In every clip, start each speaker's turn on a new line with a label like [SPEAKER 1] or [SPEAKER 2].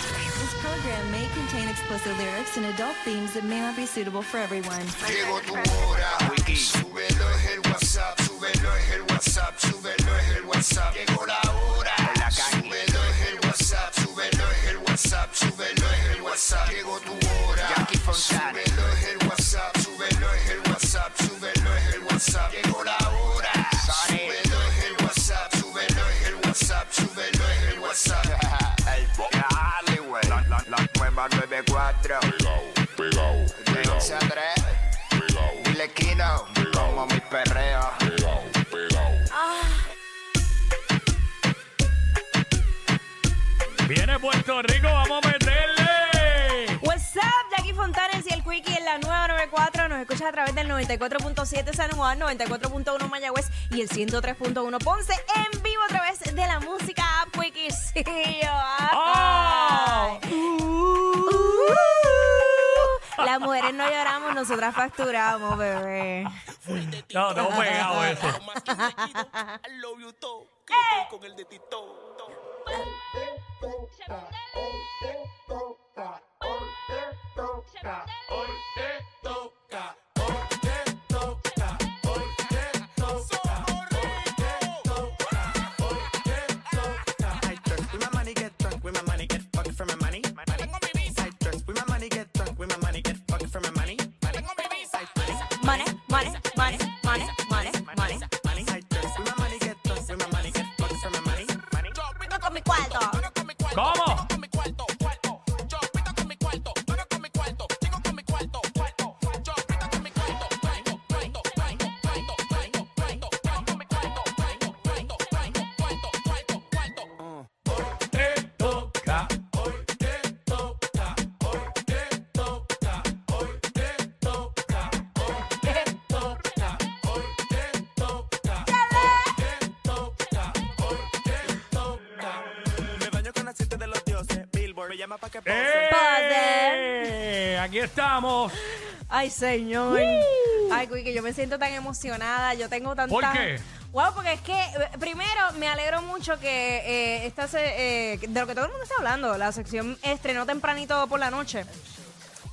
[SPEAKER 1] This program may contain explicit lyrics and adult themes that may not be suitable for everyone.
[SPEAKER 2] Llegó tu hora, súbelo es el WhatsApp, súbelo es el WhatsApp, súbelo es el WhatsApp. Llegó la hora, súbelo es el WhatsApp, súbelo es el WhatsApp, súbelo es el WhatsApp. Llegó tu hora, súbelo es el WhatsApp, súbelo es el WhatsApp, súbelo es el WhatsApp. Llegó la hora, súbelo es el WhatsApp, súbelo es el WhatsApp, súbelo es el WhatsApp.
[SPEAKER 3] El bo- Dale, güey. La, la, la nueva 94. De 11 a 3. Dile Kino. Como mi perreo.
[SPEAKER 4] Viene Puerto Rico, vamos a meterle.
[SPEAKER 5] What's up, Jackie Fontanes y el Quickie en la 994. Nos escuchas a través del 94.7 San Juan, 94.1 Mayagüez y el 103.1 Ponce en vivo a través de la música app Quickie. Sí,
[SPEAKER 4] Ah.
[SPEAKER 5] ay. Uh. Las mujeres no lloramos, nosotras facturamos, bebé.
[SPEAKER 4] No, no pegado eso.
[SPEAKER 6] Side dress with my money, get drunk with my money, get fucked for my money. Side dress with my money, get drunk with my money, get fucked for my money. Side dress,
[SPEAKER 5] Money, money, money, money, money, money.
[SPEAKER 6] money, side dress with my money, get drunk with my money, get fucked for my money. Money,
[SPEAKER 5] Vengo con mi cuarto.
[SPEAKER 4] ¿Cómo?
[SPEAKER 6] me baño con aceite de los dioses. Billboard me llama pa' que pose.
[SPEAKER 4] ¡Eh! Aquí estamos.
[SPEAKER 5] Ay, señor. Ay, Quickie, yo me siento tan emocionada. Yo tengo tanta.
[SPEAKER 4] ¿Por qué?
[SPEAKER 5] Wow, porque es que, eh, primero, me alegro mucho que eh, esta se- eh, de lo que todo el mundo está hablando, la sección estrenó tempranito por la noche.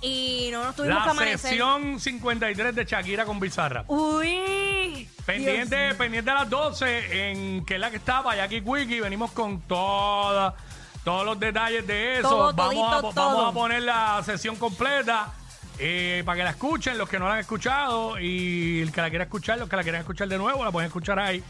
[SPEAKER 5] Y no nos tuvimos que
[SPEAKER 4] La
[SPEAKER 5] amanecer.
[SPEAKER 4] sesión 53 de Shakira con Bizarra.
[SPEAKER 5] Uy.
[SPEAKER 4] Pendiente,
[SPEAKER 5] Dios.
[SPEAKER 4] pendiente a las 12 en que es la que estaba, Jackie Quickie. Venimos con toda, todos los detalles de eso.
[SPEAKER 5] Todo,
[SPEAKER 4] vamos, a,
[SPEAKER 5] todito,
[SPEAKER 4] po- vamos a
[SPEAKER 5] todo.
[SPEAKER 4] poner la sesión completa eh, para que la escuchen, los que no la han escuchado y el que la quiera escuchar, los que la quieran escuchar de nuevo, la pueden escuchar ahí.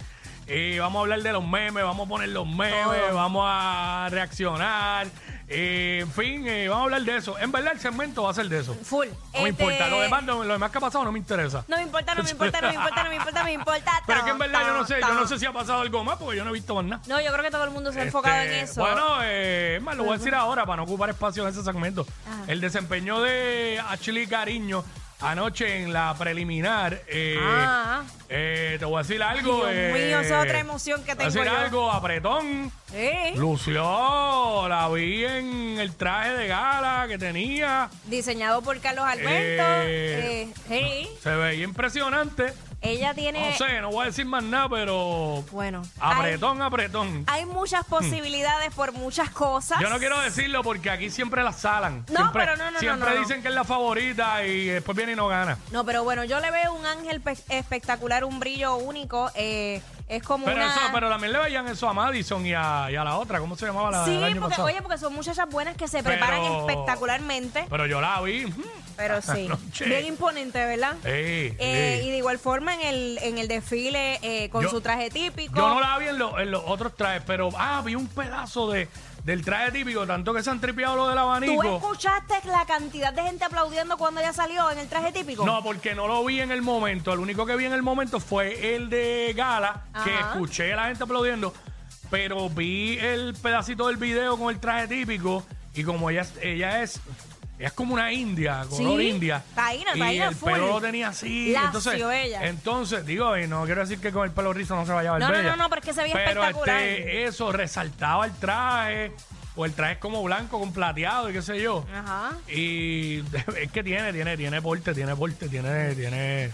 [SPEAKER 4] Eh, vamos a hablar de los memes, vamos a poner los memes,
[SPEAKER 5] Todo.
[SPEAKER 4] vamos a reaccionar. eh, en fin, eh, vamos a hablar de eso. En verdad, el segmento va a ser de eso.
[SPEAKER 5] Full.
[SPEAKER 4] No me
[SPEAKER 5] Este,
[SPEAKER 4] importa. Lo demás, no- lo demás que ha pasado no me interesa.
[SPEAKER 5] No me importa, no me importa, no me importa, no me importa, no me importa.
[SPEAKER 4] Pero es que en verdad yo no sé, yo
[SPEAKER 5] Tan,
[SPEAKER 4] no
[SPEAKER 5] tan.
[SPEAKER 4] sé si ha pasado algo más porque yo no he visto más nada.
[SPEAKER 5] No, yo creo que todo el mundo se ha enfocado en
[SPEAKER 4] Este,
[SPEAKER 5] eso.
[SPEAKER 4] Bueno, eh, es más, lo voy a decir ahora para no ocupar espacio en ese segmento.
[SPEAKER 5] Ajá.
[SPEAKER 4] El desempeño de Ashley Cariño anoche en la preliminar. eh,
[SPEAKER 5] Ah.
[SPEAKER 4] eh, te voy a decir algo.
[SPEAKER 5] Dios
[SPEAKER 4] eh,
[SPEAKER 5] mío, esa es otra emoción que
[SPEAKER 4] te voy a
[SPEAKER 5] tengo
[SPEAKER 4] decir
[SPEAKER 5] yo.
[SPEAKER 4] algo, apretón.
[SPEAKER 5] Sí.
[SPEAKER 4] Lució, la vi en el traje de gala que tenía.
[SPEAKER 5] Diseñado por Carlos Alberto.
[SPEAKER 4] Eh.
[SPEAKER 5] Eh, sí.
[SPEAKER 4] Se veía impresionante.
[SPEAKER 5] Ella tiene.
[SPEAKER 4] No sé, no voy a decir más nada, pero.
[SPEAKER 5] Bueno. hay-
[SPEAKER 4] Apretón, apretón.
[SPEAKER 5] Hay muchas posibilidades por muchas cosas.
[SPEAKER 4] Yo no quiero decirlo porque aquí siempre la salan.
[SPEAKER 5] No,
[SPEAKER 4] siempre,
[SPEAKER 5] pero no, no, no,
[SPEAKER 4] Siempre
[SPEAKER 5] no, no.
[SPEAKER 4] dicen que es la favorita y después viene y no gana.
[SPEAKER 5] No, pero bueno, yo le veo un ángel pe- espectacular, un brillo único. eh, es como
[SPEAKER 4] Pero,
[SPEAKER 5] una.
[SPEAKER 4] eso, pero también le veían eso a Madison y a, y a la otra. ¿Cómo se llamaba la del
[SPEAKER 5] sí,
[SPEAKER 4] año
[SPEAKER 5] porque,
[SPEAKER 4] pasado?
[SPEAKER 5] oye, porque son muchachas buenas que se
[SPEAKER 4] Pero-
[SPEAKER 5] preparan espectacularmente.
[SPEAKER 4] Pero yo la vi. ujú.
[SPEAKER 5] Pero sí.
[SPEAKER 4] Anoche.
[SPEAKER 5] Bien imponente, ¿verdad?
[SPEAKER 4] Sí,
[SPEAKER 5] Eh,
[SPEAKER 4] sí.
[SPEAKER 5] Y de igual forma en el, en el desfile eh, con
[SPEAKER 4] Yo-
[SPEAKER 5] su traje típico.
[SPEAKER 4] Yo no la vi en, lo- en los otros trajes, pero ah, vi un pedazo de, del traje típico, tanto que se han tripeado lo del
[SPEAKER 5] ¿Tú
[SPEAKER 4] abanico.
[SPEAKER 5] escuchaste la cantidad de gente aplaudiendo cuando ella salió en el traje típico?
[SPEAKER 4] No, porque no lo vi en el momento. El único que vi en el momento fue el de Gala, que
[SPEAKER 5] Ajá.
[SPEAKER 4] escuché a la gente aplaudiendo, pero vi el pedacito del video con el traje típico y como ella, es- ella es... ella es como una india, color
[SPEAKER 5] Sí,
[SPEAKER 4] india.
[SPEAKER 5] taína,
[SPEAKER 4] y
[SPEAKER 5] taína
[SPEAKER 4] el
[SPEAKER 5] full.
[SPEAKER 4] pelo lo tenía así.
[SPEAKER 5] Lacio
[SPEAKER 4] entonces,
[SPEAKER 5] ella.
[SPEAKER 4] entonces, digo, y no quiero decir que con el pelo rizo no se vaya a ver
[SPEAKER 5] No, no,
[SPEAKER 4] bella,
[SPEAKER 5] no, no, pero es que se veía
[SPEAKER 4] pero,
[SPEAKER 5] espectacular.
[SPEAKER 4] este, eso resaltaba el traje, o el traje es como blanco con plateado y qué sé yo.
[SPEAKER 5] Ajá.
[SPEAKER 4] Y es que tiene, tiene, tiene porte, tiene porte, tiene, tiene.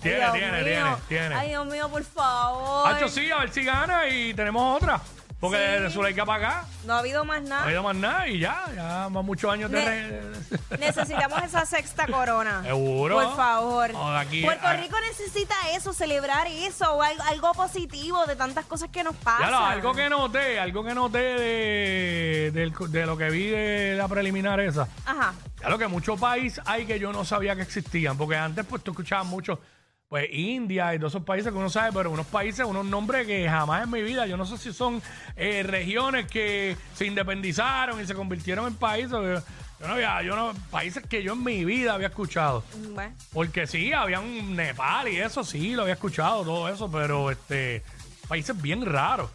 [SPEAKER 4] Tiene,
[SPEAKER 5] Ay, Dios
[SPEAKER 4] tiene,
[SPEAKER 5] mío.
[SPEAKER 4] tiene, tiene.
[SPEAKER 5] Ay, Dios mío, por favor.
[SPEAKER 4] Hacho, sí, a ver si gana y tenemos otra. Porque
[SPEAKER 5] Sí.
[SPEAKER 4] desde Zuleika para acá
[SPEAKER 5] No ha habido más
[SPEAKER 4] no ha
[SPEAKER 5] nada.
[SPEAKER 4] ido más nada y ya, ya más muchos años de.
[SPEAKER 5] Ne-
[SPEAKER 4] re-
[SPEAKER 5] Necesitamos esa sexta corona.
[SPEAKER 4] Seguro.
[SPEAKER 5] Por favor.
[SPEAKER 4] No, de aquí-
[SPEAKER 5] Puerto
[SPEAKER 4] a-
[SPEAKER 5] Rico necesita eso, celebrar eso, o algo, algo positivo de tantas cosas que nos pasan.
[SPEAKER 4] Ya lo, algo que noté, algo que noté de, del- de lo que vi de la preliminar esa.
[SPEAKER 5] Ajá.
[SPEAKER 4] Claro que muchos países hay que yo no sabía que existían, porque antes pues tú escuchabas mucho, pues India y todos esos países que uno sabe, pero unos países, unos nombres que jamás en mi vida, yo no sé si son eh, regiones que se independizaron y se convirtieron en países, yo, yo no había, yo no, países que yo en mi vida había escuchado.
[SPEAKER 5] Bueno.
[SPEAKER 4] Porque sí, había un Nepal y eso sí, lo había escuchado, todo eso, pero este, países bien raros.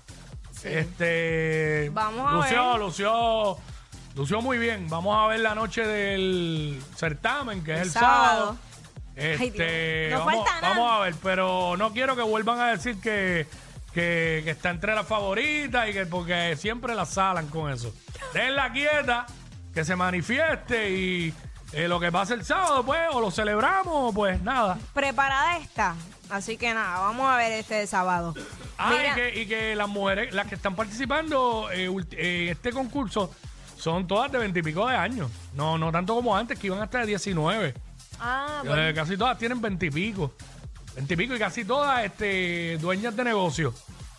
[SPEAKER 4] Este.
[SPEAKER 5] Vamos a
[SPEAKER 4] lució,
[SPEAKER 5] ver.
[SPEAKER 4] lució, lució muy bien. Vamos a ver la noche del certamen, que es
[SPEAKER 5] El
[SPEAKER 4] el sábado.
[SPEAKER 5] sábado.
[SPEAKER 4] Este.
[SPEAKER 5] Dios. No
[SPEAKER 4] vamos,
[SPEAKER 5] falta nada.
[SPEAKER 4] vamos a ver, pero no quiero que vuelvan a decir que, que, que está entre las favoritas y que porque siempre la salan con eso. Denla quieta, que se manifieste y eh, lo que pasa el sábado, pues, o lo celebramos, pues nada.
[SPEAKER 5] Preparada está. Así que nada, vamos a ver este de sábado.
[SPEAKER 4] Ah, y
[SPEAKER 5] Mira.
[SPEAKER 4] que, y que las mujeres, las que están participando eh, ulti- en este concurso, son todas de veintipico de años. No, no tanto como antes, que iban hasta de 19.
[SPEAKER 5] Ah,
[SPEAKER 4] Eh, casi todas tienen veintipico. Veintipico y casi todas este, dueñas de negocio.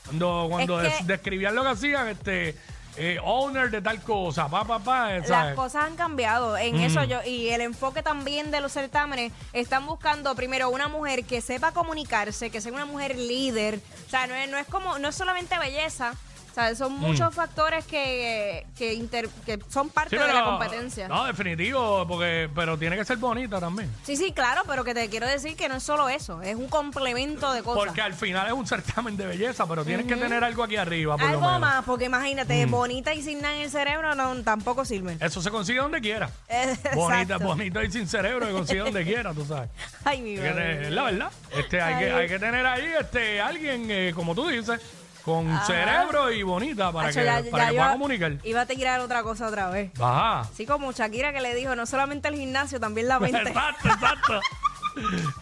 [SPEAKER 4] Cuando, cuando
[SPEAKER 5] Es
[SPEAKER 4] des-
[SPEAKER 5] que-
[SPEAKER 4] describían lo que hacían, este, eh, owner de tal cosa, pa, pa, pa, eh,
[SPEAKER 5] las
[SPEAKER 4] ¿sabes?
[SPEAKER 5] cosas han cambiado en eso yo y el enfoque también de los certámenes están buscando primero una mujer que sepa comunicarse que sea una mujer líder o sea no es, no es como no es solamente belleza o sea,
[SPEAKER 4] Mm.
[SPEAKER 5] son muchos factores que, que, inter- que son parte
[SPEAKER 4] Sí,
[SPEAKER 5] de la
[SPEAKER 4] pero-
[SPEAKER 5] competencia
[SPEAKER 4] No, definitivo, porque, pero tiene que ser bonita también.
[SPEAKER 5] sí sí claro pero que te quiero decir que no es solo eso es un complemento de cosas
[SPEAKER 4] Porque al final es un certamen de belleza, pero tienes que tener algo aquí arriba, por lo
[SPEAKER 5] algo
[SPEAKER 4] menos. Mm.
[SPEAKER 5] más porque imagínate bonita y sin nada en el cerebro no tampoco sirve
[SPEAKER 4] Eso se consigue donde quiera.
[SPEAKER 5] Exacto.
[SPEAKER 4] Bonita, bonito y sin cerebro se consigue donde quiera, tú sabes.
[SPEAKER 5] ay mi
[SPEAKER 4] Es que te-
[SPEAKER 5] madre.
[SPEAKER 4] es la verdad. Este, hay, que,
[SPEAKER 5] Ay.
[SPEAKER 4] hay que tener ahí este, alguien, eh, como tú dices, con cerebro y bonita para
[SPEAKER 5] Acho,
[SPEAKER 4] que,
[SPEAKER 5] ya-
[SPEAKER 4] para
[SPEAKER 5] ya
[SPEAKER 4] que
[SPEAKER 5] yo
[SPEAKER 4] pueda comunicar.
[SPEAKER 5] Iba a tirar otra cosa otra vez.
[SPEAKER 4] Ajá.
[SPEAKER 5] Así como Shakira que le dijo, no solamente el gimnasio, también la mente.
[SPEAKER 4] Exacto, exacto.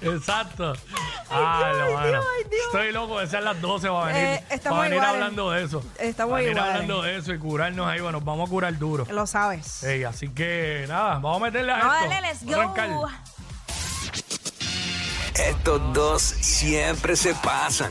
[SPEAKER 4] exacto. Ay,
[SPEAKER 5] Dios,
[SPEAKER 4] lo
[SPEAKER 5] ay,
[SPEAKER 4] bueno.
[SPEAKER 5] Dios, ay, Dios.
[SPEAKER 4] Estoy loco de ser las 12 va a venir.
[SPEAKER 5] Eh, estamos
[SPEAKER 4] va a venir
[SPEAKER 5] iguales.
[SPEAKER 4] hablando de eso.
[SPEAKER 5] Estamos
[SPEAKER 4] va a venir
[SPEAKER 5] iguales.
[SPEAKER 4] hablando de eso y curarnos ahí. Bueno, nos vamos a curar duro.
[SPEAKER 5] Lo sabes.
[SPEAKER 4] Ey, así que nada, vamos a meterle a
[SPEAKER 5] no,
[SPEAKER 4] esto.
[SPEAKER 5] dale, let's
[SPEAKER 4] Vamos a arrancar.
[SPEAKER 5] go.
[SPEAKER 7] Estos dos siempre se pasan.